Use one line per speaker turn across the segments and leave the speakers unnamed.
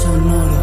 Sonoro.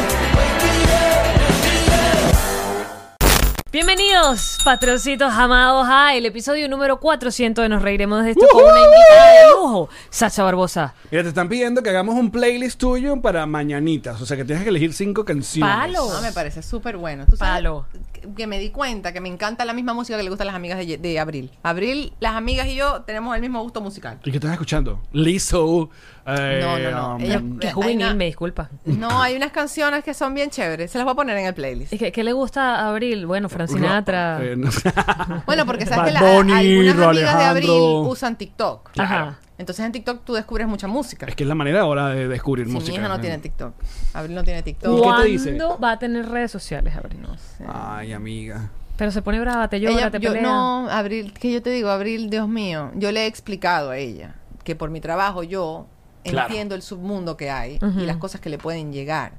Bienvenidos, patrocitos amados, al episodio número 400 de Nos Reiremos de esto con una invitada de lujo, Sacha Barbosa.
Mira, te están pidiendo que hagamos un playlist tuyo para mañanitas. O sea, que tienes que elegir cinco canciones.
Palo.
No, Ah, me parece súper bueno. Tú sabes
Palo.
que- que me di cuenta que me encanta la misma música que le gustan las amigas de, Ye- de Abril. Abril, las amigas y yo tenemos el mismo gusto musical.
¿Y qué estás escuchando? Lizzo. eh,
No, no, no.
um,
Ella-
Qué
hay
juvenil,
una-
me disculpa.
No, hay unas canciones que son bien chéveres. Se las voy a poner en el playlist.
Es que, ¿Qué le gusta a Abril? Bueno, Frank
Ro-
Sinatra.
eh, no.
Bueno, porque sabes que la-
Bad Bunny,
algunas
Ro
amigas de Abril
Alejandro.
usan TikTok.
Ajá.
Entonces en TikTok tú descubres mucha música.
es que es la manera ahora de descubrir
Si
música.
mi hija no tiene TikTok. Abril no tiene TikTok.
¿Y qué te dice?
¿Cuándo va a tener redes sociales, Abril?
Ay, amiga.
Pero se pone brava, te llora,
Ella-
te
yo-
pelea.
no, Abril, que yo te digo, Abril, Dios mío, yo le he explicado a ella que por mi trabajo yo
Claro.
entiendo el submundo que hay
Ujú.
y las cosas que le pueden llegar.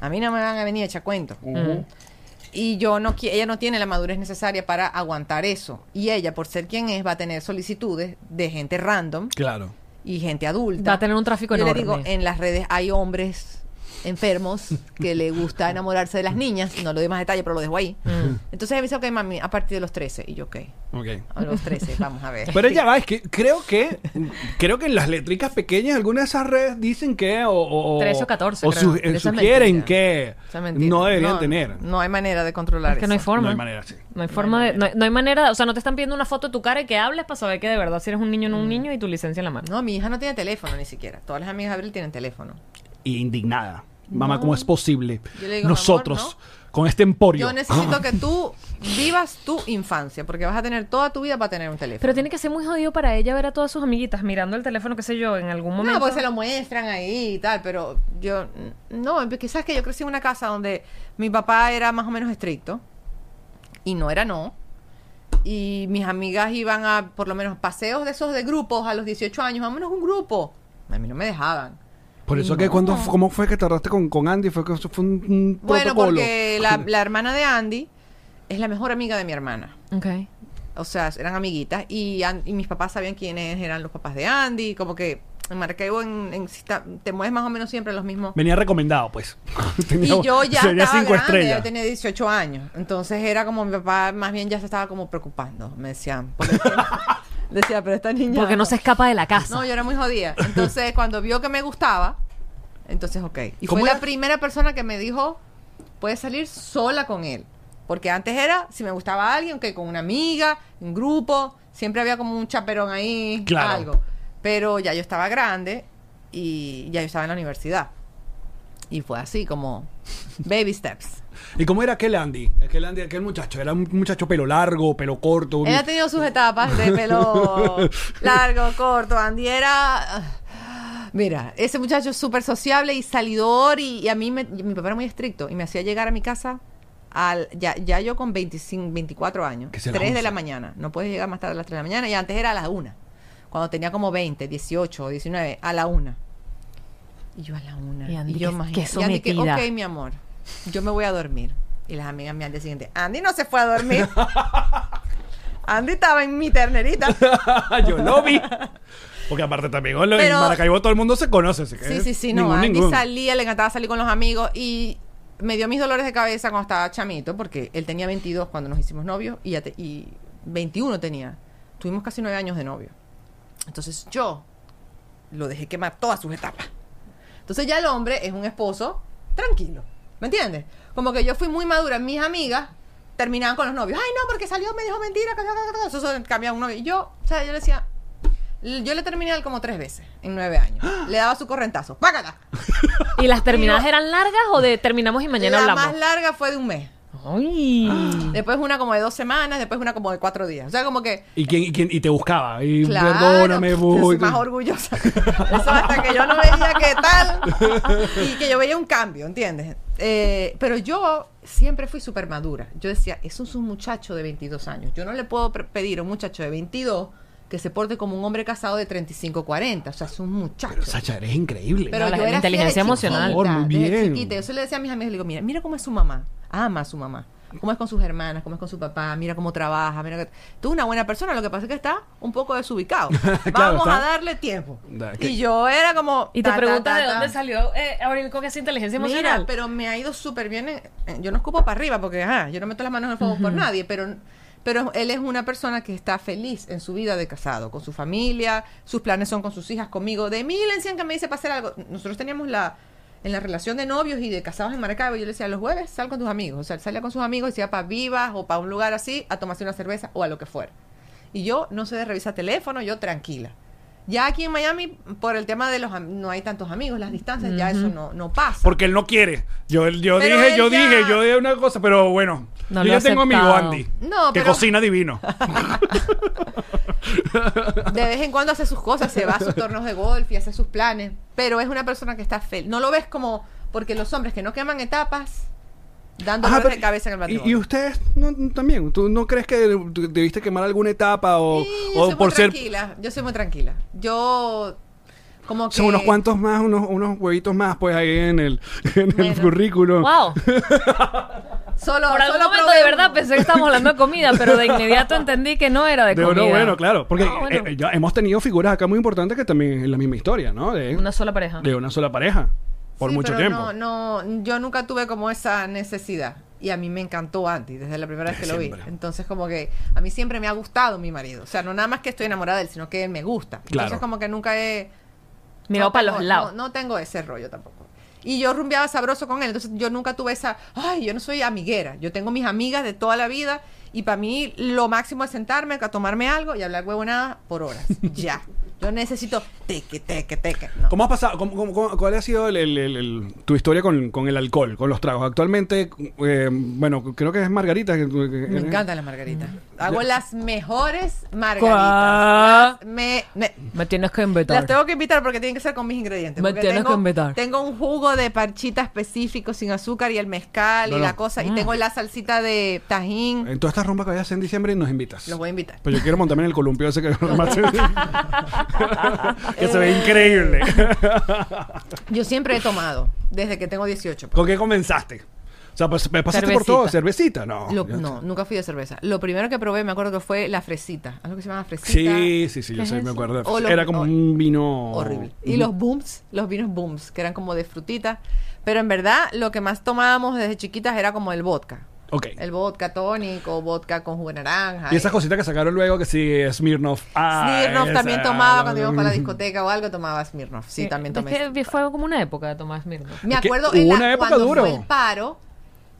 A mí no me van a venir a echar cuentos. Y yo no qui- ella no tiene la madurez necesaria para aguantar eso. Y ella, por ser quien es, va a tener solicitudes de gente random
Claro.
y gente adulta.
Va a tener un tráfico
Yo
enorme.
le digo, en las redes hay hombres enfermos que le gusta enamorarse de las niñas. No lo doy más detalle, pero lo dejo ahí.
Mm.
Entonces ella me dice, ok, mami, a partir de los 13. Y yo, ok,
Ok.
a los 13, vamos a ver.
Pero ella va, es que creo que creo que en las letricas pequeñas algunas de esas redes dicen que o, o,
13 o 14
o
creo.
su- eh,
Pero eso es
sugieren
mentira.
que
Esa es mentira.
no deberían
No,
tener.
No hay manera de controlar
es que no hay
eso.
forma.
No hay manera, sí.
No hay forma de. No hay, no hay manera. O sea, no te están pidiendo una foto de tu cara y que hables para saber que de verdad si eres un niño
Mm.
o no un niño y tu licencia en la mano.
No, mi hija no tiene teléfono ni siquiera. Todas las amigas de Abril tienen teléfono.
y indignada. Mamá, ¿cómo es posible?
Yo le digo,
Nosotros,
mi amor,
con este emporio.
Yo necesito que tú vivas tu infancia, porque vas a tener toda tu vida para tener un teléfono.
Pero tiene que ser muy jodido para ella ver a todas sus amiguitas mirando el teléfono, qué sé yo, en algún momento.
No, porque se lo muestran ahí y tal, pero yo. No, quizás que yo crecí en una casa donde mi papá era más o menos estricto y no era no. Y mis amigas iban a, por lo menos, paseos de esos de grupos a los 18 años, vámonos un grupo. A mí no me dejaban.
Por eso que cuando ¿cómo fue que tardaste con, con Andy? Fue que eso fue un, un
Bueno,
protocolo.
porque la, la hermana de Andy es la mejor amiga de mi hermana.
Ok.
O sea, eran amiguitas y, an- y mis papás sabían quiénes eran los papás de Andy, como que en Maracaibo en, en- si está- te mueves más o menos siempre en los mismos
Venía recomendado, pues. Tenía-
y yo ya
tenía
estaba
cinco
grande,
estrellas.
yo tenía 18 años. Entonces era como mi papá, más bien ya se estaba como preocupando. Me decían, porque- decía, pero esta niña.
Porque no se escapa de la casa.
No, yo era muy jodida. Entonces cuando vio que me gustaba, entonces ok. Y fue
¿Cómo
la
era?
primera persona que me dijo, puedes salir sola con él. Porque antes era, si me gustaba alguien, que con una amiga, un grupo, siempre había como un chaperón ahí,
Claro.
algo. Pero ya yo estaba grande y ya yo estaba en la universidad. Y fue así como baby steps.
¿Y cómo era aquel Andy? Aquel Andy, aquel muchacho. Era un muchacho pelo largo, pelo corto. un-
Él ha tenido sus etapas de pelo largo, corto. Andy era. Mira, ese muchacho es súper sociable y salidor. Y, y a mí, me- mi papá era muy estricto y me hacía llegar a mi casa. Al, ya, ya yo con 25, 24 años,
Que sea
3
las
de la
11.
mañana. No puedes llegar más tarde a las 3 de la mañana. Y antes era a las 1. Cuando tenía como 20, 18, 19, a la 1. Y yo a la 1.
Y
Y,
Andy,
yo
que-
imagínate.
que
Y Andy que,
sometida.
ok, mi amor, yo me voy a dormir. Y las amigas me al día siguiente, Andy no se fue a dormir. Andy estaba en mi ternerita.
yo lo vi. Porque aparte también en
Pero-
Maracaibo todo el mundo se conoce. así que
Sí, sí, sí, no.
ningún,
Andy
ningún.
salía, le encantaba salir con los amigos y me dio mis dolores de cabeza cuando estaba chamito, porque él tenía 22 cuando nos hicimos novios y, ya te- y 21 tenía. Tuvimos casi nueve años de novio. Entonces yo lo dejé quemar todas sus etapas. Entonces ya el hombre es un esposo tranquilo. ¿Me entiendes? Como que yo fui muy madura. Mis amigas terminaban con los novios. Ay, no, porque salió, me dijo mentira. que- que- que- Eso eso, cambiaba un novio. Y yo, o sea, yo le decía. l- Yo le terminé a él como tres veces en nueve años.
¡Ah!
Le daba su correntazo. ¡Págata!
¿Y las terminadas eran largas o de terminamos y mañana
la
hablamos?
más larga fue de un mes.
Ay.
Después una como de dos semanas, después una como de cuatro días. O sea, como que.
Y, quién- y, quién- y te buscaba. Y
Claro,
perdóname,
yo
voy.
soy más orgullosa. Eso hasta que yo no veía qué tal y que yo veía un cambio, ¿entiendes? Eh, pero yo siempre fui súper madura. Yo decía, eso es un muchacho de 22 años. Yo no le puedo pre- pedir a un muchacho de 22 que se porte como un hombre casado de 35 40. O sea, es un muchacho.
Pero Sacha, eres increíble.
Pero
No, la-
yo
la
era así
inteligencia
desde
emocional.
chiquita,
Por muy
desde
bien.
chiquita. Yo se le decía a mis amigos, le digo, mira, mira cómo es su mamá. Ama a su mamá. Cómo es con sus hermanas, cómo es con su papá, mira cómo trabaja, mira que... Tú eres una buena persona, lo que pasa es que está un poco desubicado.
Claro,
Vamos
está-
a darle tiempo.
Da, que-
Y yo era como...
Y te
ta, ta,
preguntas
ta,
de
ta.
dónde salió eh, Aurel Coca esa inteligencia emocional.
Mira, pero me ha ido súper bien. en- en- yo no escupo para arriba porque ajá, yo no meto las manos en el fuego por nadie, pero, pero él es una persona que está feliz en su vida de casado, con su familia, sus planes son con sus hijas, conmigo. De mil en cien que me dice para hacer algo. Nosotros teníamos la en la relación de novios y de casados en Maracaibo, yo le decía, los jueves sal con tus amigos. O sea, él salía con sus amigos, decía para vivas o para un lugar así, a tomarse una cerveza o a lo que fuera. Y yo no sé de revisar teléfono, yo tranquila. Ya aquí en Miami, por el tema de los... am- No hay tantos amigos, las distancias, ya eso no, no pasa.
Porque él no quiere. Yo, yo
Pero
dije,
él
yo
ya-
dije, yo dije una cosa, pero bueno.
No
yo
lo
ya
ha
tengo amigo
aceptado.
Andy.
No,
que
pero-
cocina divino.
De vez en cuando hace sus cosas, se va a sus torneos de golf y hace sus planes, pero es una persona que está feliz. No lo ves como porque los hombres que no queman etapas dando
Ajá,
dolores
pero-
de cabeza en el
y-
matrimonio.
Y, ustedes no- también, ¿tú no crees que tú debiste quemar alguna etapa o,
Sí, yo
o
soy
por
muy
ser
tranquila, yo soy muy tranquila. Yo como que
son unos cuantos más, unos, unos huevitos más pues ahí en el, en el
Bueno.
currículum?
Wow.
solo
Por algún
solo
momento
probé
de
uno.
verdad pues. pensé que estábamos hablando de comida, pero de inmediato entendí que no era de,
De
comida.
uno bueno, claro, porque
Ah, bueno.
eh, eh, ya hemos tenido figuras acá muy importantes que también es la misma historia, ¿no? De
Una sola pareja.
de una sola pareja por
Sí,
mucho
pero
tiempo.
No, no, yo nunca tuve como esa necesidad. Y a mí me encantó Andy desde la primera vez que lo vi.
Siempre.
Entonces, como que a mí siempre me ha gustado mi marido. O sea, no nada más que estoy enamorada de él, sino que él me gusta. Entonces,
Claro.
como que nunca he.
Mirado
no
para
tengo-
los lados.
No, no tengo ese rollo tampoco. Y yo rumbeaba sabroso con él. Entonces, yo nunca tuve esa. Ay, yo no soy amiguera. Yo tengo mis amigas de toda la vida. Y para mí, lo máximo es sentarme a tomarme algo y hablar huevonadas por horas. ya. Yo necesito teque, teque, teque. No.
¿Cómo has pasado? cómo- cómo- cómo- ¿Cuál ha sido el- el- el- el- tu historia con, con el alcohol, con los tragos? Actualmente, eh, bueno, creo que es Margarita. que- que-
Me
eres-
encantan las margaritas. Mm. Hago las mejores
¿Cuá?
margaritas. Las Me, me-
Me tienes que invitar.
las tengo que invitar porque tienen que ser con mis ingredientes.
Me
porque
tienes
tengo,
que invitar.
Tengo un jugo de parchita específico sin azúcar y el mezcal
No,
y
no.
la cosa.
Mm.
Y tengo la salsita de tajín.
En todas estas rumbas que vayas a hacer en diciembre nos invitas.
Los voy a invitar.
Pues yo quiero montarme en el columpio ese que armaste. que se
Eh.
ve increíble.
Yo siempre he tomado, desde que tengo 18. pues.
¿Con qué comenzaste? O sea, pues me pasaste por
Cervecita.
todo, cervecita, no.
Lo-
Ya
no,
está.
nunca fui de cerveza. Lo primero que probé, me acuerdo que fue la fresita. Algo que se llama fresita.
Sí, Oh. sí, sí, yo
¿Qué
sí
es eso?
me acuerdo.
O lo-
Era como
o-
un vino
horrible. Y los booms, los vinos booms, que eran como de frutita. Pero en verdad, lo que más tomábamos desde chiquitas era como el vodka.
Ok.
El vodka tónico, vodka con jugo de naranja.
Y esas cositas que sacaron luego que sí, Smirnoff. Ah,
Smirnoff
esa-
también tomaba cuando íbamos para la discoteca o algo, tomaba Smirnoff. Sí, también tomé.
Eh, Es que fue como una época de tomar Smirnoff.
Me
Es que
acuerdo
hubo
en la-
una época
cuando
duro.
fue el paro,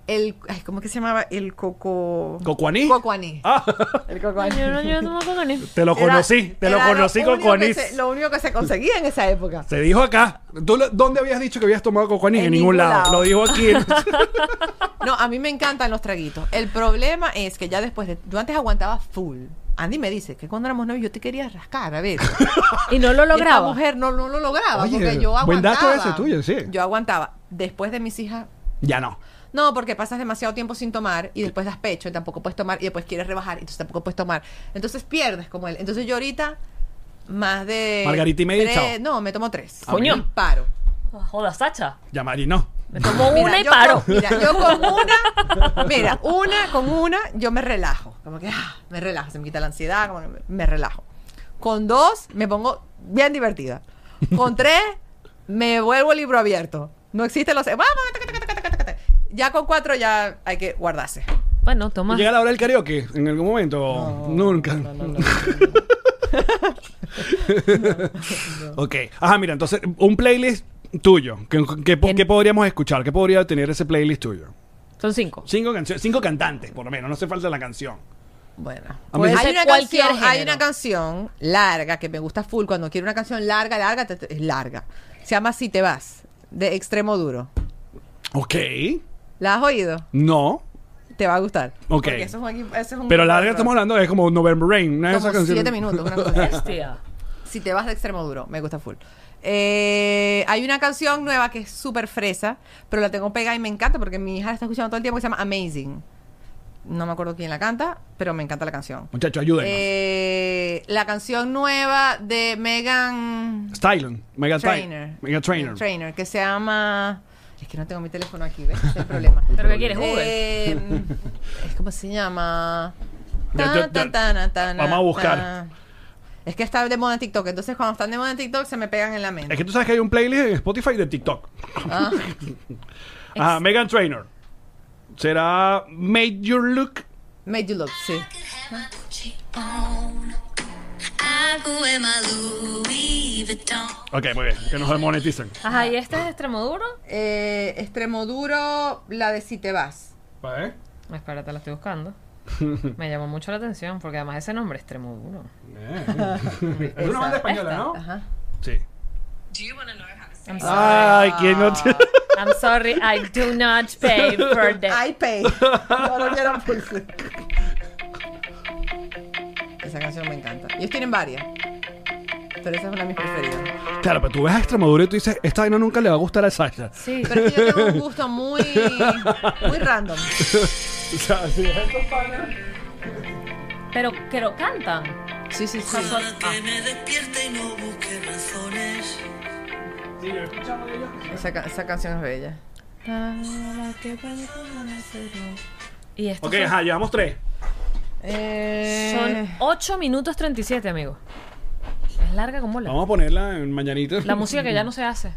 el... Ay, ¿Cómo que se llamaba? El coco...
¿Cocoaní?
Cocoaní.
Ah,
El cocoaní.
Yo no, yo no me acuerdo ni-
te lo
Era-
conocí, te lo
era
conocí
único
con
que
Conis.
se- Lo único que se conseguía en esa época.
Se dijo acá. ¿Tú lo- ¿Dónde habías dicho que habías tomado cocoanis?
En
En ningún
ningún
lado.
lado.
Lo dijo aquí.
No, a mí me encantan los traguitos. El problema es que ya después de. Yo antes aguantaba full. Andy me dice que cuando éramos novios yo te quería rascar, a ver.
Y no lo
Y esta
lograba.
mujer no, no lo lograba.
Oye,
porque yo aguantaba.
buen dato ese tuyo, sí.
Yo aguantaba. Después de mis hijas.
ya no.
No, porque pasas demasiado tiempo sin tomar y después das pecho y tampoco puedes tomar y después quieres rebajar y entonces tampoco puedes tomar. Entonces pierdes como él. Entonces yo ahorita más de.
Margarita y media y
tres-
chao.
No, me tomo tres.
Ah, Coño.
Y paro.
Joda, Sacha.
Ya Mari no.
Me tomo
Mira,
una y
yo
paro.
con- mira, yo con una, mira, una con una, yo me relajo. Como que ah, me relajo, se me quita la ansiedad, como que me, me relajo. Con dos, me pongo bien divertida. Con tres, me vuelvo libro abierto. No existen los. Vamos, taca, taca, taca, taca, taca. Ya con cuatro, ya hay que guardarse.
Bueno, toma.
¿Llega la hora del karaoke en algún momento? Nunca. ok. Ajá, mira, entonces, un playlist tuyo. ¿Qué, qué po-
En-
qué podríamos escuchar? ¿Qué podría tener ese playlist tuyo?
Son cinco.
Cinco canciones, cinco cantantes, por lo menos. No hace falta la canción.
Bueno,
A mí-
hay,
Puede ser
una
cualquier
canción, hay
género.
una canción larga que me gusta full. Cuando quiero una canción larga, larga, te- te- es larga. Se llama Si te vas, de extremo duro.
Ok.
¿La has oído?
No.
te va a gustar.
Ok.
Porque eso es un equipo- ese es un
Pero la
grupo de
larga estamos
rock.
hablando es como November Rain. Una de esas
Como
canciones.
siete minutos, una cosa así.
Bestia.
Si te vas de extremo duro, me gusta full. Eh, hay una canción nueva que es súper fresa, pero la tengo pegada y me encanta porque mi hija la está escuchando todo el tiempo que se llama Amazing. No me acuerdo quién la canta, pero me encanta la canción.
Muchachos, ayúdenme.
Eh, la canción nueva de Megan
Stylen. Mega
Trainer.
Trainer. Mega Trainer.
que se llama. Es que no tengo mi teléfono aquí, ¿ves? Ese Es el problema.
¿Pero qué quieres, Google?
Eh, ¿Cómo se llama?
Ya,
Ta,
ya, ya.
ta, ta, na, ta, na,
Vamos a buscar.
ta. Es que está de moda en TikTok. Entonces, cuando están de moda en TikTok, se me pegan en la mente.
Es que tú sabes que hay un playlist en Spotify de TikTok.
Ah.
Ajá, Megan Trainer. Será Made Your Look.
Made you look, sí.
Ok, muy bien. Que nos demoneticen.
Ajá, ¿y este es extremo duro?
Eh, extremo duro, la de Si te vas.
¿Eh?
Espérate, la estoy buscando. Me llamó mucho la atención porque además ese nombre es extremo duro.
Es una banda española, ¿no?
Ajá.
Sí.
I'm sorry.
Ay, ¿quién no tiene?
I'm sorry, I do not pay for that.
I pay. No lo pues. quiero pulsar. Esa canción me encanta. Ellos tienen varias. Pero esa es una de mis preferidas.
Claro, pero tú ves a Extremadura y tú dices, esta vaina nunca le va a gustar a Sasha.
Sí.
Pero es que yo tengo un gusto muy, muy random.
O sea, sí, es esto pana.
Pero, pero cantan. ah,
Sí, sí, sí.
Sí, yo he escuchado de ellos.
Esa, ca- esa canción es bella.
Y estos
Ok,
son,
ajá, llevamos tres.
Eh,
son 8 minutos 37, amigo. Es larga como la.
Vamos a ponerla en mañanita.
La música que ya no se hace.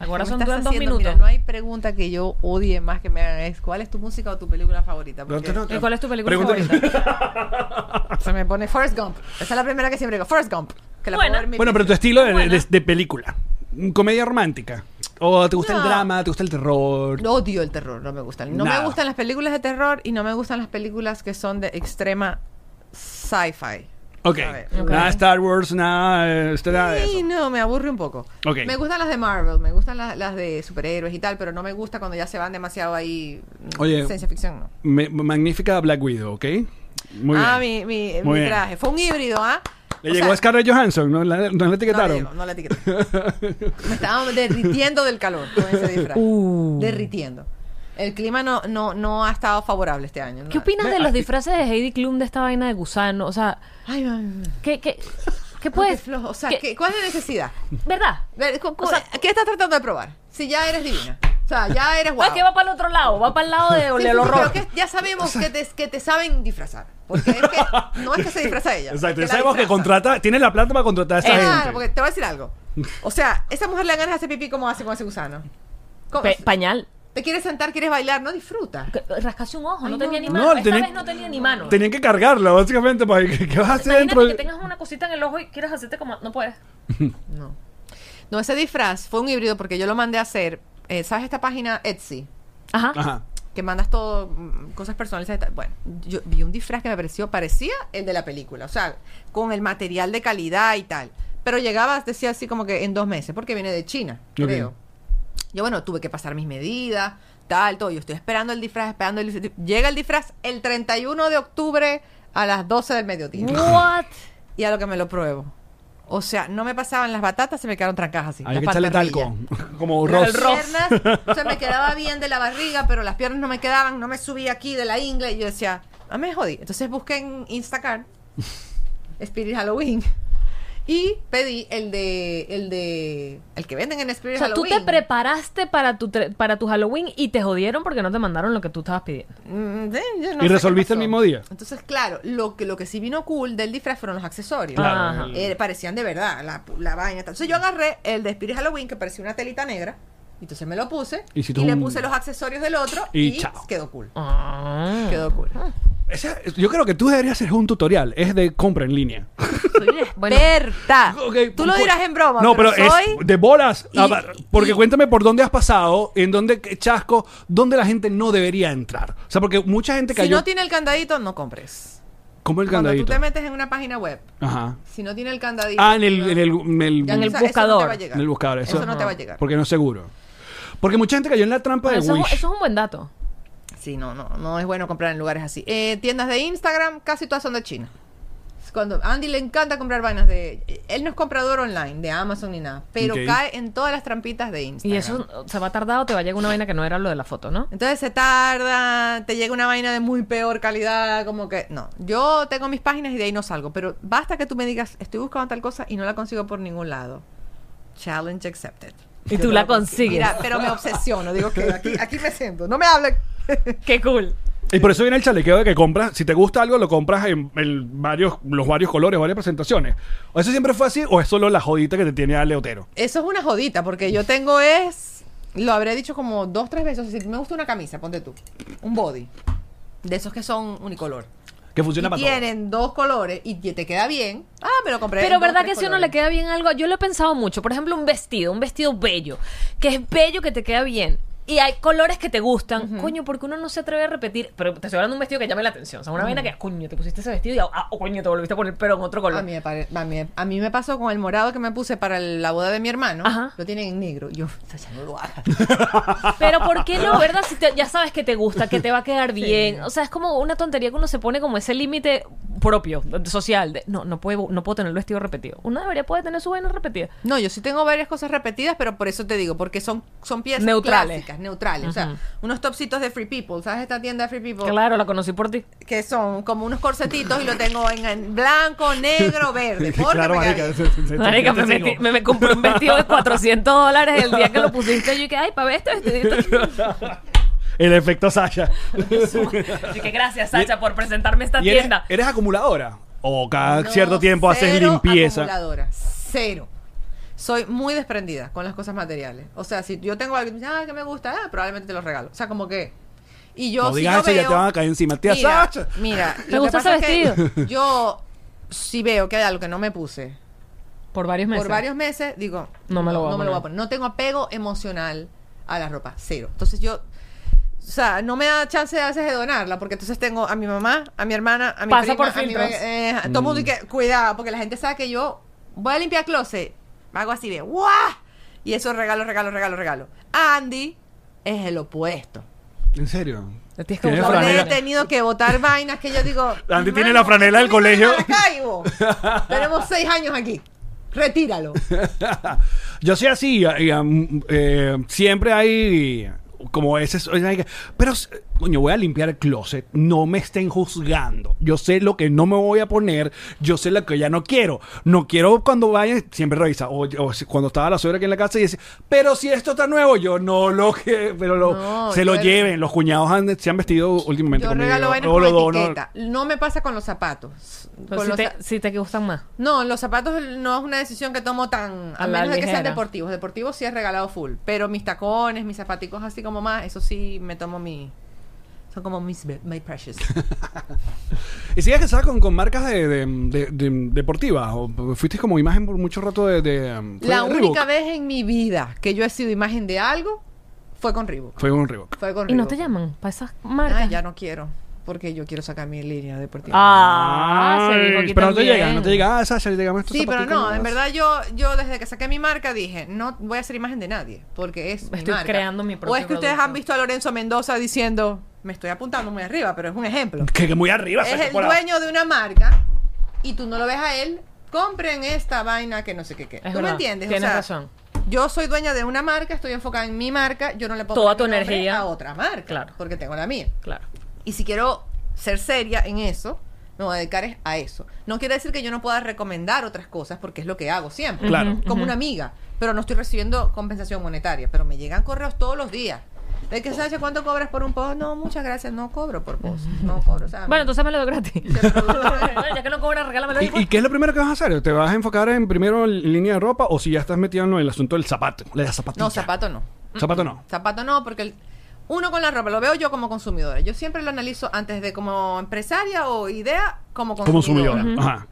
Ahora
me
son
estás
duran dos
haciendo-
minutos.
Mira, no hay pregunta que yo odie más que me hagan es ¿cuál es tu música o tu película favorita?
No,
Porque
no, no.
¿Y cuál es tu película
Pregunta-
favorita?
se me pone Forrest Gump. Esa es la primera que siempre digo, Forrest Gump. Que la puedo
Buena.
ver mil
Bueno, pero tu
veces.
estilo de,
Buena.
de- de película. Comedia romántica. ¿O te gusta
No.
el drama? ¿Te gusta el terror?
Odio el terror, no me gustan. No
Nada.
me gustan las películas de terror y no me gustan las películas que son de extrema sci-fi.
Ok.
A ver. Ok.
Nada Star Wars, nada, eh, este, nada de
Sí,
eso.
no, me aburre un poco.
Ok.
Me gustan las de Marvel, me gustan las, las de superhéroes y tal, pero no me gusta cuando ya se van demasiado ahí. mm,
Oye.
Ciencia ficción, no.
Me- magnífica Black Widow, ¿ok? Muy
ah,
bien.
mi,
Muy
mi, mi
bien.
traje. Fue un híbrido, ¿ah?
Le
O
llegó
sea,
a Scarlett Johansson, ¿no la, no la
No le
etiquetaron?
llegó, no la etiqueté. Me estaba derritiendo del calor con ese disfraz.
Uh.
Derritiendo. El clima no, no, no ha estado favorable este año.
¿Qué
No.
opinas de
Ve,
los
aquí-
disfraces de Heidi Klum de esta vaina de gusano? O sea,
Ay, ay, ay.
¿qué, qué, qué
No, qué
puedes...?
flojo. O sea,
Pues, qué-
¿qué- ¿cuál es la necesidad?
¿Verdad?
Ver, cu- cu-
O sea-
¿Qué estás tratando de probar? Si ya eres divina. O sea, ya eres guapa.
Ah, que va para el otro lado, va para el lado de,
Sí,
del
sí, sí,
horror.
pero que ya sabemos que, te, que te saben disfrazar. Porque es que no es que se disfraza ella.
Exacto,
que
ya
la
sabemos que
disfrazan.
contrata, tiene la plata para contratar a esa
Claro,
gente.
porque te voy a decir algo. O sea, esa mujer le da ganas de hacer pipí como hace con ese gusano. ¿Cómo?
Pe- pañal.
te quieres sentar, quieres bailar, no disfruta.
Que- Rascase un ojo,
Ay,
no
no,
tenía ni
no.
mano.
No,
Esta
tenía-
vez no tenía ni mano.
Tenían que cargarla, básicamente, para que, que vas a hacer
Imagínate
dentro.
que tengas una cosita en el ojo y quieras hacerte como... No puedes.
No. No, ese disfraz fue un híbrido porque yo lo mandé a hacer. eh, ¿Sabes esta página Etsy?
Ajá.
Ajá.
que mandas todo, mm, cosas personalizadas. y tal. Bueno, yo vi un disfraz que me pareció, parecía el de la película, o sea, con el material de calidad y tal. Pero llegaba, decía así como que en dos meses, porque viene de China,
Ok.
creo. Yo, bueno, tuve que pasar mis medidas, tal, todo. Yo estoy esperando el disfraz, esperando el disfraz. Llega el disfraz el 31 de octubre a las 12 del mediodía.
What?
Y a lo que me lo pruebo. O sea, no me pasaban las batatas, se me quedaron trancadas así.
Hay
las
que echarle
pantorrillas.
talco. Como
Las
Ross.
piernas, o sea, me quedaba bien de la barriga, pero las piernas no me quedaban, no me subía aquí de la ingle y yo decía, ah, me jodí. Entonces busqué en Instacart Spirit Halloween y pedí el de el de el que venden en
O
Spirit
sea, tú
Halloween.
te preparaste para tu, tre- para tu Halloween y te jodieron porque no te mandaron lo que tú estabas pidiendo.
Mm, sí, yo no
¿Y
sé
resolviste
qué pasó.
el mismo día?
Entonces, claro, lo que lo que sí vino cool del disfraz fueron los accesorios.
Claro,
Ajá.
el-
Eh, parecían de verdad, la, la vaina. y tal. Entonces yo agarré el de Spirit Halloween, que parecía una telita negra, y entonces me lo puse, y,
Hiciste
le
un-
puse los accesorios del otro,
Y
y,
chao.
quedó cool.
Ah.
Quedó cool.
Esa- yo creo que tú deberías hacer un tutorial. Es de compra en línea.
Soy una
Bueno.
experta.
Ok,
Ah, Tú lo
pues-
dirás en broma,
No, pero,
soy...
es de bolas.
Y-
Ah, va, porque
y-
cuéntame por dónde has pasado, en dónde qué chasco, dónde la gente no debería entrar. O sea, porque mucha gente
Si
cayó.
no tiene el candadito, no compres.
¿Cómo el
Cuando tú
candadito?
te metes en una página web,
Ajá.
si no tiene el candadito...
Ah, en el, en el, en el-
ya,
en el
eso- eso no te
buscador.
va a llegar.
en el buscador. Eso,
Eso no te va a llegar.
Porque no es seguro. Porque mucha gente cayó en la trampa
Pero
de
eso, es,
pues, Wish.
eso es un buen dato.
Sí, no, no, no es bueno comprar en lugares así. Eh, tiendas de Instagram, casi todas son de China. Cuando a Andy le encanta comprar vainas de... Él no es comprador online, de Amazon ni nada, pero
Ok.
cae en todas las trampitas de
Y
Instagram.
eso se va tardado, te va a llegar una vaina que no era lo de la foto, ¿no?
Entonces se tarda, te llega una vaina de muy peor calidad, como que... No, yo tengo mis páginas y de ahí no salgo, pero basta que tú me digas, estoy buscando tal cosa y no la consigo por ningún lado. Challenge accepted.
Y
Yo
tú
te
la
lo consigo.
consigues.
Mira, pero me obsesiono, digo que aquí, aquí me siento, no me hablen.
¡Qué cool!
Y por eso viene el chalequeo de que compras, si te gusta algo, lo compras en, en varios, los varios colores, varias presentaciones. ¿O eso siempre fue así o es solo la jodita que te tiene a Leotero?
Eso es una jodita, porque yo tengo es. Lo habré dicho como dos, tres veces. O sea, si me gusta una camisa, ponte tú. Un body. De esos que son unicolor.
Que
Y
funciona para todo.
tienen dos colores y que te queda bien. Ah, me lo compré.
Pero
en dos,
verdad que
tres
si uno
colores.
le queda bien algo, yo lo he pensado mucho. Por ejemplo, un vestido, un vestido bello, que es bello que te queda bien. Y hay colores que te gustan. Coño, porque uno no se atreve a repetir. Pero te estoy hablando de un vestido que llame la atención. O sea, una vaina que, coño, te pusiste ese vestido y, ah, oh, coño, te volviste a poner, pero en otro color.
A mí, me pare- a, mí, a mí me pasó con el morado que me puse para el- la boda de mi hermano.
Ajá.
Lo tienen en negro. Yo, Sasha, no lo hagas.
Pero ¿por qué no, verdad? Si te- ya sabes que te gusta, que te va a quedar bien. O sea, es como una tontería que uno se pone como ese límite propio, social. de, no, no puedo, no puedo tener el vestido repetido. Uno debería poder tener su vaina repetida.
No, yo sí tengo varias cosas repetidas, pero por eso te digo, porque son, son piezas
Neutrales.
clásicas, neutrales. O sea, unos topsitos de Free People. ¿Sabes esta tienda de Free People?
Claro, la conocí por ti.
que son como unos corsetitos y lo tengo en, en blanco, negro, verde. Porque
Claro,
me
marica,
cae-
se- se- se-
Marica,
te
me,
sigo.
metí- me, me compré un vestido de 400 dólares el día que lo pusiste. Yo dije, ay, para ver este vestidito.
El efecto Sasha.
Así que gracias, Sacha, por presentarme esta
¿Y eres,
tienda.
eres acumuladora? ¿O cada
No,
cierto tiempo haces
cero
limpieza?
acumuladora, cero. Soy muy desprendida con las cosas materiales. O sea, si yo tengo algo que me dice, ah, que me gusta, ah, probablemente te lo regalo. O sea, como que. Y yo
No
si
digas
no
eso, ya
veo-
te van a caer encima. Tía
mira,
Sacha.
Mira,
Me
lo que
gusta ese
pasa es que Yo, si veo que hay algo que no me puse
Por varios meses.
por varios meses, digo,
No me lo voy a poner.
No tengo apego emocional a la ropa, cero. Entonces yo, o sea, no me da chance a veces de donarla, porque entonces tengo a mi mamá, a mi hermana, a mi
Pasa
prima,
por
a mi
filtros.
ve- eh, a todo mundo y
Mm.
que, cuidado, porque la gente sabe que yo voy a limpiar closet, hago así de, ¡guau! Y eso regalo, regalo, regalo, regalo. Andy es el opuesto.
¿En serio?
Te tienes que
Tiene
La
Yo le he
franela.
tenido que botar vainas que yo digo.
Andy tiene
"Hermano,
la franela del
¿qué me
colegio?"
Maracaibo? Tenemos seis años aquí. Retíralo.
Yo soy así. y, y, um, eh, siempre hay como ese. oye, que- Pero, s- coño, voy a limpiar el closet. No me estén juzgando. Yo sé lo que no me voy a poner. Yo sé lo que ya no quiero. No quiero cuando vaya. Siempre revisa. O, o si- cuando estaba la suegra aquí en la casa y dice, pero si esto está nuevo, yo no lo que. Pero lo-
No,
se lo
yo-
lleven. Los cuñados han- se han vestido últimamente.
Yo
conmigo,
regalo vainas
o
con
lo dono.
etiqueta. No me pasa con los zapatos. Con
si,
los
Pues te,
za-
si te gustan más.
No, los zapatos no es una decisión que tomo tan... A,
A la
menos de que sean
ligera.
deportivos. Deportivos sí es regalado full. Pero mis tacones, mis zapaticos así como más, eso sí me tomo mi... Son como mis be- my precious.
¿Y sigues casada con, con marcas de, de- de- de- deportivas? ¿O fuiste como imagen por mucho rato de... de, um, fue
La
Reebok?
única vez en mi vida que yo he sido imagen de algo fue con Reebok.
Fue un Reebok.
Fue con
¿Y no
Reebok.
te llaman para esas
Ay,
marcas?
Ah, ya no quiero. Porque yo quiero sacar mi línea deportiva.
Ah, se dijo
Ay,
aquí
pero no te
también.
llega, no te llega. Ah, Sasha, llegamos estos
Sí, pero
zapaticos.
no, en verdad yo, yo desde que saqué mi marca dije, no voy a hacer imagen de nadie, porque es mi
Estoy
marca.
creando mi propio
O es que ustedes
producto.
han visto a Lorenzo Mendoza diciendo, me estoy apuntando muy arriba, pero es un ejemplo.
Que, que muy arriba.
Es
Sasha,
el
por la-
dueño de una marca y tú no lo ves a él, compren esta vaina que no sé qué qué. ¿Tú me
verdad,
entiendes? O
Tienes
sea,
razón.
Yo soy dueña de una marca, estoy enfocada en mi marca, yo no le puedo
Toda
poner
tu
mi nombre
energía.
a otra marca,
Claro.
porque tengo la mía.
Claro.
Y si quiero ser seria en eso, me voy a dedicar es a eso. No quiere decir que yo no pueda recomendar otras cosas, porque es lo que hago siempre.
Claro. Ujú,
Como una amiga, pero no estoy recibiendo compensación monetaria. Pero me llegan correos todos los días. De que, Sasha, ¿cuánto cobras por un post? No, muchas gracias, no cobro por post. No cobro, o sea,
Bueno,
no-
entonces me lo doy gratis. Bueno, ya que no cobra, regálamelo.
¿Y, y qué es lo primero que vas a hacer? ¿Te vas a enfocar en primero en línea de ropa o si ya estás metido en el asunto del zapato? La zapatilla.
No, zapato no.
Zapato no.
Zapato no, porque el- uno con la ropa, lo veo yo como consumidora. Yo siempre lo analizo antes de como empresaria o idea como
Como consumidora.
consumidora.
Ajá.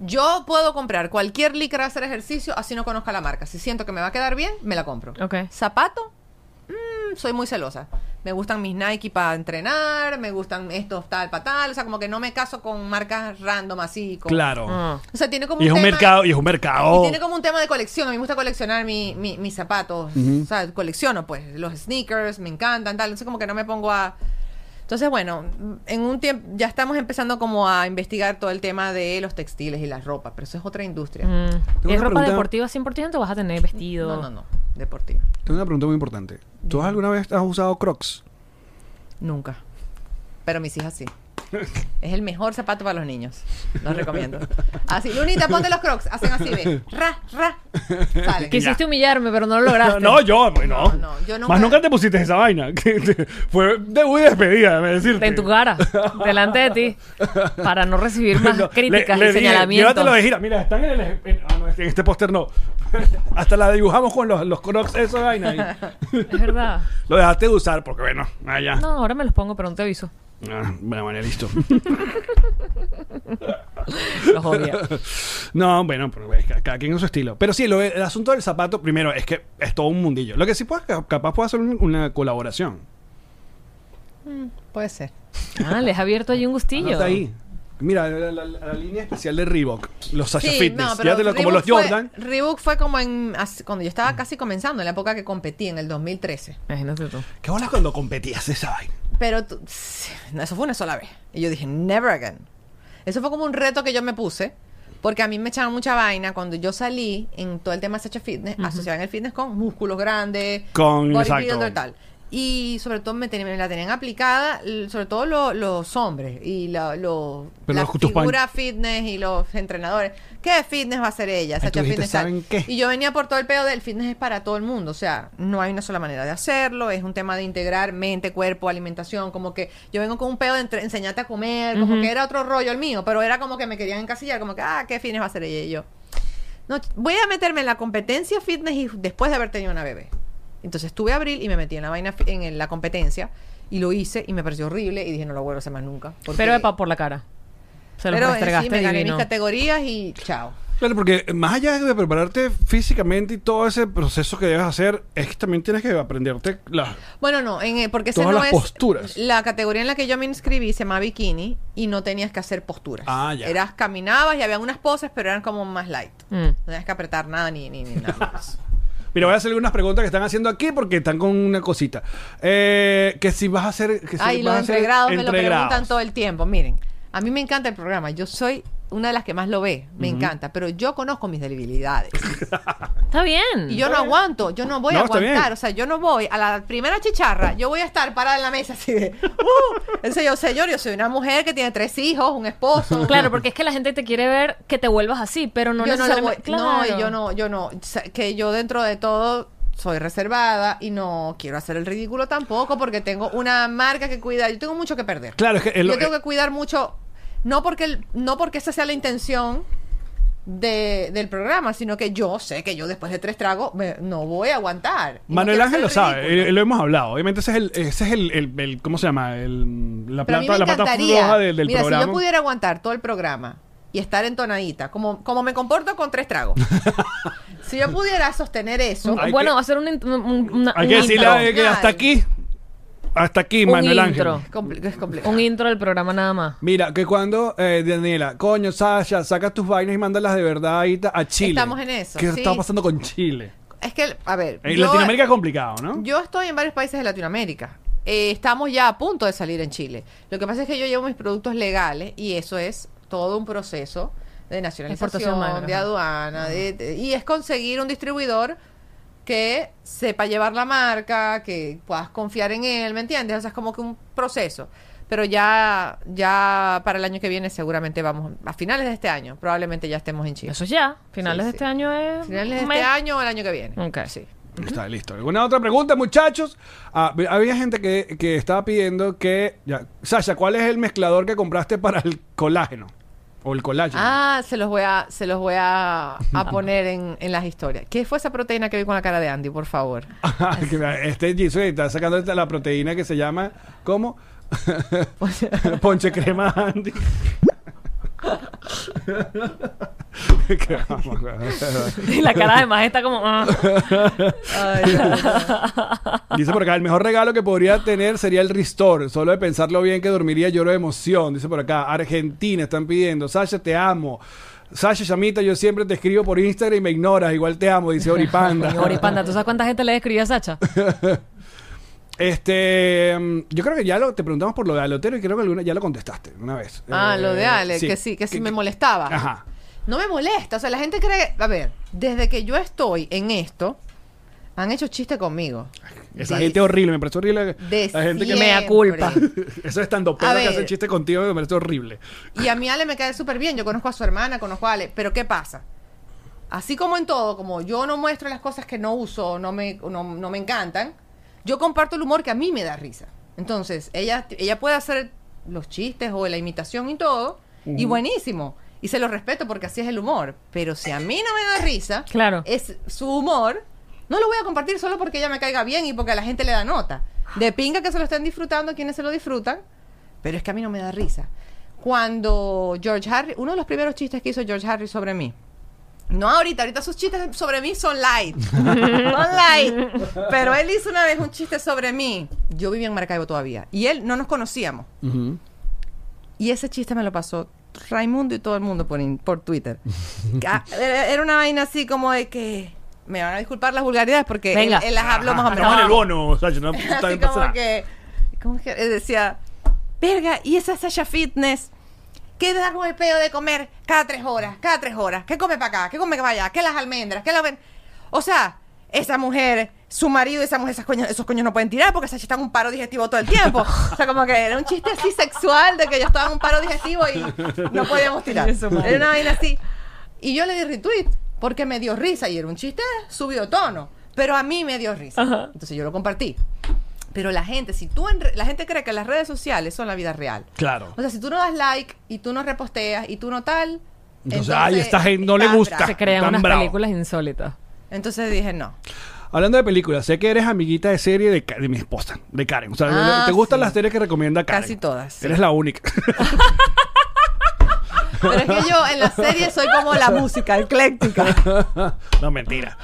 Yo puedo comprar cualquier licra hacer ejercicio, así no conozca la marca. Si siento que me va a quedar bien, me la compro.
Ok.
Zapato, mm, soy muy celosa. me gustan mis Nike para entrenar, me gustan estos tal para tal, o sea, como que no me caso con marcas random así. Con,
Claro.
Ah.
O sea, tiene como
Y es un
tema-
mercado, y es un mercado.
y tiene como un tema de colección. A mí me gusta coleccionar mi- mi- mis zapatos. O sea, colecciono, pues, los sneakers, me encantan, tal. Entonces, como que no me pongo a. Entonces, bueno, en un tiempo ya estamos empezando como a investigar todo el tema de los textiles y la ropa, pero eso es otra industria.
Mm,
Tengo
¿Es
una
ropa
pregunta-
deportiva 100% o vas a tener vestido?
No, no, no, deportiva.
Tengo una pregunta muy importante. ¿Tú alguna vez has usado Crocs?
Nunca. Pero mis hijas sí. Es el mejor zapato para los niños. Los recomiendo. Así, Lunita, ponte los crocs. Hacen así, ve. Ra, ra. Sale.
Quisiste humillarme, pero no lo lograste.
No, yo, pues no.
No, no, yo nunca-
Más nunca te pusiste esa vaina. que te- Fue de muy despedida, me decirte.
En tu cara, delante de ti, para no recibir más
Pues, No,
críticas
le- le
y
dije,
señalamientos.
Llévatelo de gira. Mira, están en, el, en- ah, no, en este póster no. Hasta la dibujamos con los, los crocs, esa vaina. ahí.
Es verdad.
Lo dejaste de usar porque, bueno, allá.
No, ahora me los pongo, pero no te aviso.
Ah, bueno, bueno, listo.
Los odia.
No, bueno, pero es que cada quien con su estilo. Pero sí, lo- el asunto del zapato, primero, es que es todo un mundillo. Lo que sí puedes, capaz puedes hacer un- una colaboración.
Puede ser.
Ah, les ha abierto ahí un gustillo.
Anota ahí. Mira, la, la- la- la línea especial de Reebok, los Sasha
Sí,
Fitness.
no, pero
Llévatelo como los
Reebok fue-
Jordan.
Reebok fue como en as- cuando yo estaba casi comenzando, en la época que competí, en el 2013.
Imagínate tú.
¿Qué bolas cuando competías esa vaina?
Pero tú- eso fue una sola vez. Y yo dije, never again. Eso fue como un reto que yo me puse, porque a mí me echaron mucha vaina cuando yo salí en todo el tema de Sacha Fitness, asociaban el fitness con músculos grandes,
Con-
bodybuilder
exacto.
y tal. Y sobre todo me, ten- me la tenían aplicada, l- sobre todo lo- los hombres y la, lo,
Pero
la
los- tus pan-
figura fitness y los entrenadores. ¿Qué fitness va a ser ella?
tú
Sacha
dijiste,
Fitness, tal.
"¿Saben qué?"
Y yo venía por todo el pedo del fitness es para todo el mundo, o sea, no hay una sola manera de hacerlo, es un tema de integrar mente, cuerpo, alimentación, como que yo vengo con un pedo de entre- enseñarte a comer, como que era otro rollo el mío, pero era como que me querían encasillar, como que, ah, ¿qué fitness va a hacer ella y yo? No, ch- voy a meterme en la competencia fitness y después de haber tenido una bebé. Entonces estuve a abril y me metí en la vaina fi- en el- la competencia y lo hice y me pareció horrible y dije, no lo vuelvo a hacer más nunca. porque-
Pero epa, por la cara. Se los
pero, eh, sí,
restregaste
me gané mis
divino.
categorías y chao.
Claro, porque más allá de prepararte físicamente y todo ese proceso que debes hacer, es que también tienes que aprenderte la...
Bueno, no, en, eh, porque ese
Todas
no
las
es
posturas.
la categoría en la que yo me inscribí se llama bikini y no tenías que hacer posturas.
Ah, ya.
Eras caminabas y había unas poses, pero eran como más light.
Mm.
No tenías que apretar nada ni, ni, ni nada.
Mira, voy a hacer algunas preguntas que están haciendo aquí porque están con una cosita. Eh, que si vas a hacer... Que si
Ay,
vas
los
a hacer
entregrados me lo
entregrados.
preguntan todo el tiempo. Miren, a mí me encanta el programa. Yo soy una de las que más lo ve. Me encanta, pero yo conozco mis debilidades.
Está bien.
Y yo no aguanto, yo no voy a
No, está bien.
aguantar. O sea, yo no voy a la primera chicharra, yo voy a estar parada en la mesa así de. ¡Uh! En serio, señor, yo soy una mujer que tiene tres hijos, un esposo.
Claro, porque es que la gente te quiere ver que te vuelvas así, pero no
yo no, lo voy-
necesariamente.
no,
Claro.
y yo no, yo no, O sea, que yo dentro de todo soy reservada y no quiero hacer el ridículo tampoco porque tengo una marca que cuidar, yo tengo mucho que perder.
Claro, es que... es lo-
yo tengo que cuidar mucho, no porque el- no porque esa sea la intención de- del programa, sino que yo sé que yo después de tres tragos me- no voy a aguantar. Y no
Manuel
quiero
Ángel lo
hacer el
sabe,
ridículo.
eh, lo hemos hablado. Obviamente ese es el, ese es el, el- el- ¿cómo se llama? El- la
Pero a mí me
plata, la pata
encantaría.
floja del, del
Mira,
programa.
si yo pudiera aguantar todo el programa y estar entonadita, como, como me comporto con tres tragos, si yo pudiera sostener eso,
Hay
bueno,
que-
hacer un, int- un- una-
Hay
un
que decirle
intro.
a- que hasta aquí, hasta aquí,
Un
Manuel
intro.
Ángel.
es compli- es complicado.
Un intro del programa nada más.
Mira, que cuando, eh, Daniela, coño, Sasha, saca tus vainas y mándalas de verdad ahí ta- a Chile.
Estamos en eso,
¿Qué
sí.
está pasando con Chile?
Es que, a ver,
En
yo-
Latinoamérica es complicado, ¿no?
Yo estoy en varios países de Latinoamérica. Eh, estamos ya a punto de salir en Chile. Lo que pasa es que yo llevo mis productos legales y eso es todo un proceso de
Exportación,
nacionalización,
magra,
de
ajá.
aduana, de- de- y es conseguir un distribuidor que sepa llevar la marca, que puedas confiar en él, ¿me entiendes? O sea, es como que un proceso. Pero ya, ya para el año que viene seguramente vamos, a finales de este año, probablemente ya estemos en Chile.
Eso es ya. Finales
Sí,
de
sí.
este año es.
Finales de
un mes.
este año o el año que viene.
Ok.
Sí.
Está listo. ¿Alguna otra pregunta, muchachos? Ah, ve- había gente que, que estaba pidiendo que... ya, Sasha, ¿cuál es el mezclador que compraste para el colágeno? O el colágeno.
Ah, se los voy a, se los voy a, a poner en, en las historias. ¿Qué fue esa proteína que vi con la cara de Andy, por favor?
Ajá, que vea, este Jisoo está sacando esta- la proteína que se llama ¿cómo? Ponche crema Andy.
Y la cara además está como. ah.
Dice por acá, el mejor regalo que podría tener sería el Restore. Solo de pensarlo bien que dormiría lloro de emoción. Dice por acá, Argentina están pidiendo. Sasha, te amo. Sasha, Chamita, yo siempre te escribo por Instagram y me ignoras. Igual te amo, dice Oripanda.
Coño, Oripanda, ¿tú sabes cuánta gente le escribía a Sacha?
Este, mm, yo creo que ya lo, te preguntamos por lo de Alotero y creo que alguna ya lo contestaste una vez.
Ah,
Eh,
lo de Ale, que sí, que sí me molestaba.
Ajá.
No me molesta, o sea, la gente cree, a ver, desde que yo estoy en esto, han hecho chiste conmigo.
Esa
De-
gente horrible, me parece horrible.
de
La gente que
siempre.
Mea culpa.
Eso es tanto
A
que
ver.
hacen chiste contigo me parece horrible.
Y a mí Ale me cae súper bien. Yo conozco a su hermana, conozco a Ale. Pero ¿qué pasa? Así como en todo, como yo no muestro las cosas que no uso, no me, no, no me encantan, yo comparto el humor que a mí me da risa. Entonces, ella, ella puede hacer los chistes o la imitación y todo, y buenísimo. Y se lo respeto porque así es el humor. Pero si a mí no me da risa,
Claro.
es su humor, no lo voy a compartir solo porque ella me caiga bien y porque a la gente le da nota. De pinga que se lo estén disfrutando, quienes se lo disfrutan, pero es que a mí no me da risa. Cuando George Harry, uno de los primeros chistes que hizo George Harry sobre mí, no ahorita, ahorita sus chistes sobre mí son light, son light, pero él hizo una vez un chiste sobre mí. Yo vivía en Maracaibo todavía y él no nos conocíamos. Y ese chiste me lo pasó Raimundo y todo el mundo por, in- por Twitter. Ah, era era una vaina así como de que me van a disculpar las vulgaridades porque él,
Venga.
él las habló
Ah,
más o menos.
Estamos en el bono, o sea, yo no- está
Así
bien
como
pasada.
que, como que él decía, verga, y esa Sasha Fitness, ¿qué da con el pedo de comer cada tres horas? Cada tres horas. ¿Qué come para acá? ¿Qué come para allá? ¿Qué las almendras? ¿Qué la ven? O sea, esa mujer, su marido y esa mujer, esas coñas- esos coños no pueden tirar porque Sasha está en un paro digestivo todo el tiempo. O sea, como que era un chiste así sexual de que yo estaba en un paro digestivo y no podíamos tirar.
Eso, madre.
Era una vaina así. Y yo le di retweet porque me dio risa y era un chiste subido tono. Pero a mí me dio risa.
Ajá.
Entonces yo lo compartí. Pero la gente, si tú en re- la gente cree que las redes sociales son la vida real.
Claro.
O sea, si tú no das like y tú no reposteas y tú no tal,
Entonces, ay, esta gente no le
estás
gusta.
bravo.
Se crean
Tan
unas
bravo.
películas insólitas.
Entonces dije, no.
Hablando de películas, sé que eres amiguita de serie de, Ka- de mi esposa, de Karen. O sea,
Ah,
te gustan
sí.
las series que recomienda Karen.
Casi todas, sí.
Eres la única.
Pero es que yo en la serie soy como la música ecléctica.
no, mentira.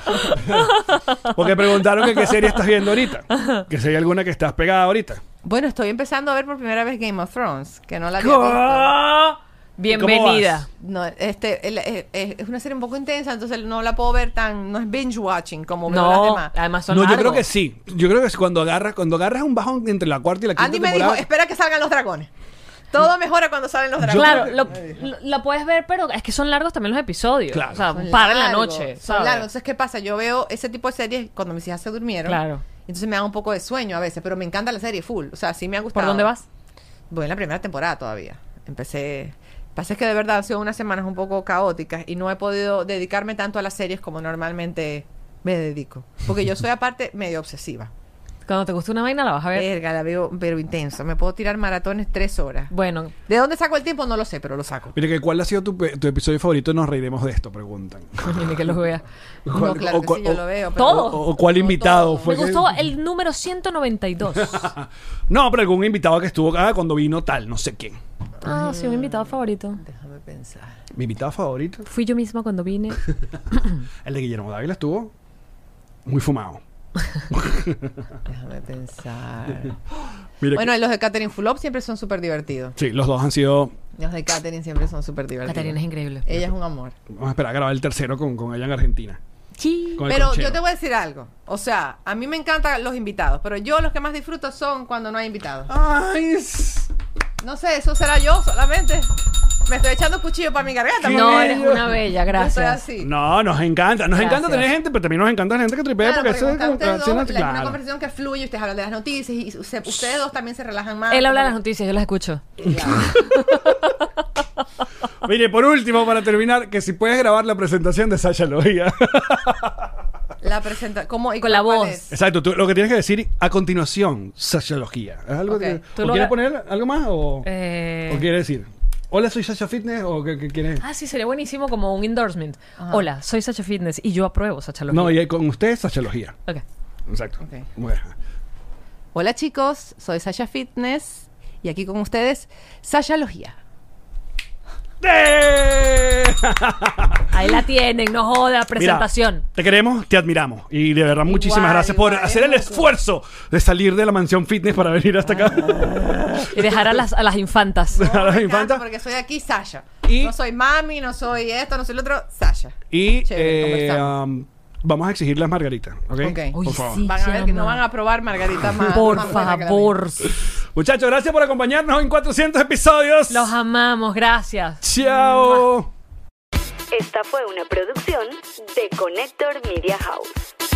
Porque preguntaron que qué serie estás viendo ahorita. Que si hay alguna que estás pegada ahorita.
Bueno, estoy empezando a ver por primera vez Game of Thrones, que no la había visto.
Bienvenida.
No, este, el- eh, eh, es una serie un poco intensa, entonces no la puedo ver tan, no es binge watching como veo las
No,
demás.
además son
no, yo
largos.
creo que sí. Yo creo que es cuando agarras, cuando agarras un bajón entre la cuarta y la quinta
Andy me dijo,
temporada.
espera que salgan los dragones. Todo mejora cuando salen los dragones.
Claro, lo, lo- la puedes ver, pero es que son largos también los episodios.
Claro.
O sea,
Son
para en la
largos,
noche.
Son
¿sabes?
largos. Entonces, ¿qué pasa? Yo veo ese tipo de series cuando mis hijas se durmieron.
Claro.
Entonces me da un poco de sueño a veces, pero me encanta la serie full. O sea, sí me ha gustado.
¿Por dónde vas?
Voy en la primera temporada todavía. Empecé. Pasa es que de verdad han sido unas semanas un poco caóticas y no he podido dedicarme tanto a las series como normalmente me dedico. Porque yo soy aparte medio obsesiva.
Cuando te gusta una vaina la vas a ver.
Verga, la veo pero intenso. Me puedo tirar maratones tres horas.
bueno,
¿De dónde saco el tiempo? No lo sé, pero lo saco.
Mira, que ¿cuál ha sido tu, pe- tu episodio favorito? Nos reiremos de esto, preguntan.
coño, ni que los veas.
No,
¿Cuál-
claro
o
que
cuál-
sí, yo
o-
lo veo. pero-
¿Todo?
o- o cuál
No
invitado
Oh. todo.
fue
Me
que-
gustó el número 192.
No, pero algún invitado que estuvo acá cuando vino tal, no sé quién.
Ah, sí, mi invitado favorito.
Déjame pensar.
Mi invitado favorito,
Fui yo misma cuando vine.
el de Guillermo Dávila, estuvo muy fumado.
Déjame pensar.
Mira
bueno,
que-
los de Catherine Fulop siempre son súper divertidos.
sí, los dos han sido.
Los de Catherine siempre son súper divertidos.
Catarina es increíble.
Ella es un amor.
Vamos a esperar a grabar el tercero con, con ella en Argentina.
Sí.
con el
Pero
conchero.
yo te voy a decir algo. O sea, a mí me encantan los invitados, pero yo los que más disfruto son cuando no hay invitados.
Ay, s-
No sé, eso será yo solamente. Me estoy echando cuchillo para mi garganta.
No,
porque
eres
bello.
una bella,
yo soy
gracias.
así.
No, nos encanta. Nos
Gracias.
encanta tener gente, pero también nos encanta la gente que tripea
Claro,
porque
porque
eso
como
es
están
como.
ustedes dos,
sí, no,
es una
claro.
conversación que fluye, ustedes hablan de las noticias y se- ustedes dos también se relajan más.
Él habla de las noticias, yo las escucho.
Mire, por último, para terminar, que si puedes grabar la presentación de Sasha Logia.
La presenta ¿cómo, y
Con la
cuál
voz.
es?
Exacto, tú lo que tienes que decir a continuación, Sasha Logia. ¿Es algo
Ok.
que-
Tú
¿o
lo-
¿Quieres poner algo más? O,
Eh,
¿O quieres decir? Hola, soy Sasha Fitness o qué, qué quieres?
Ah, sí, sería buenísimo como un endorsement. Hola, soy Sacha Fitness y yo apruebo Sacha López.
No, y ahí con ustedes, Sasha Logia.
Ok.
Exacto.
Ok.
Bueno.
Hola chicos, soy Sasha Fitness y aquí con ustedes Sasha Logia.
¡Eh!
Ahí la tienen, no joda,
Mira,
presentación.
te queremos, te admiramos. Y de verdad, muchísimas
Igual,
gracias por
igual,
hacer el
loco.
esfuerzo de salir de la mansión fitness para venir hasta acá.
Y dejar a las, a las infantas.
A la
me
infanta.
encanta Porque soy aquí Sasha.
Y-
No soy mami, no soy esto, no soy el otro. Sasha.
Y
Chévere,
eh,
conversamos.
um, vamos a exigir las margaritas. ¿ok?
Ok. Uy,
Por favor.
sí.
Van a ver que no
llama.
van a probar Margarita más.
Por
más buena que la mía.
favor.
Muchachos, gracias por acompañarnos en 400 episodios.
Los amamos, gracias.
Chao.
Esta fue una producción de Connector Media House.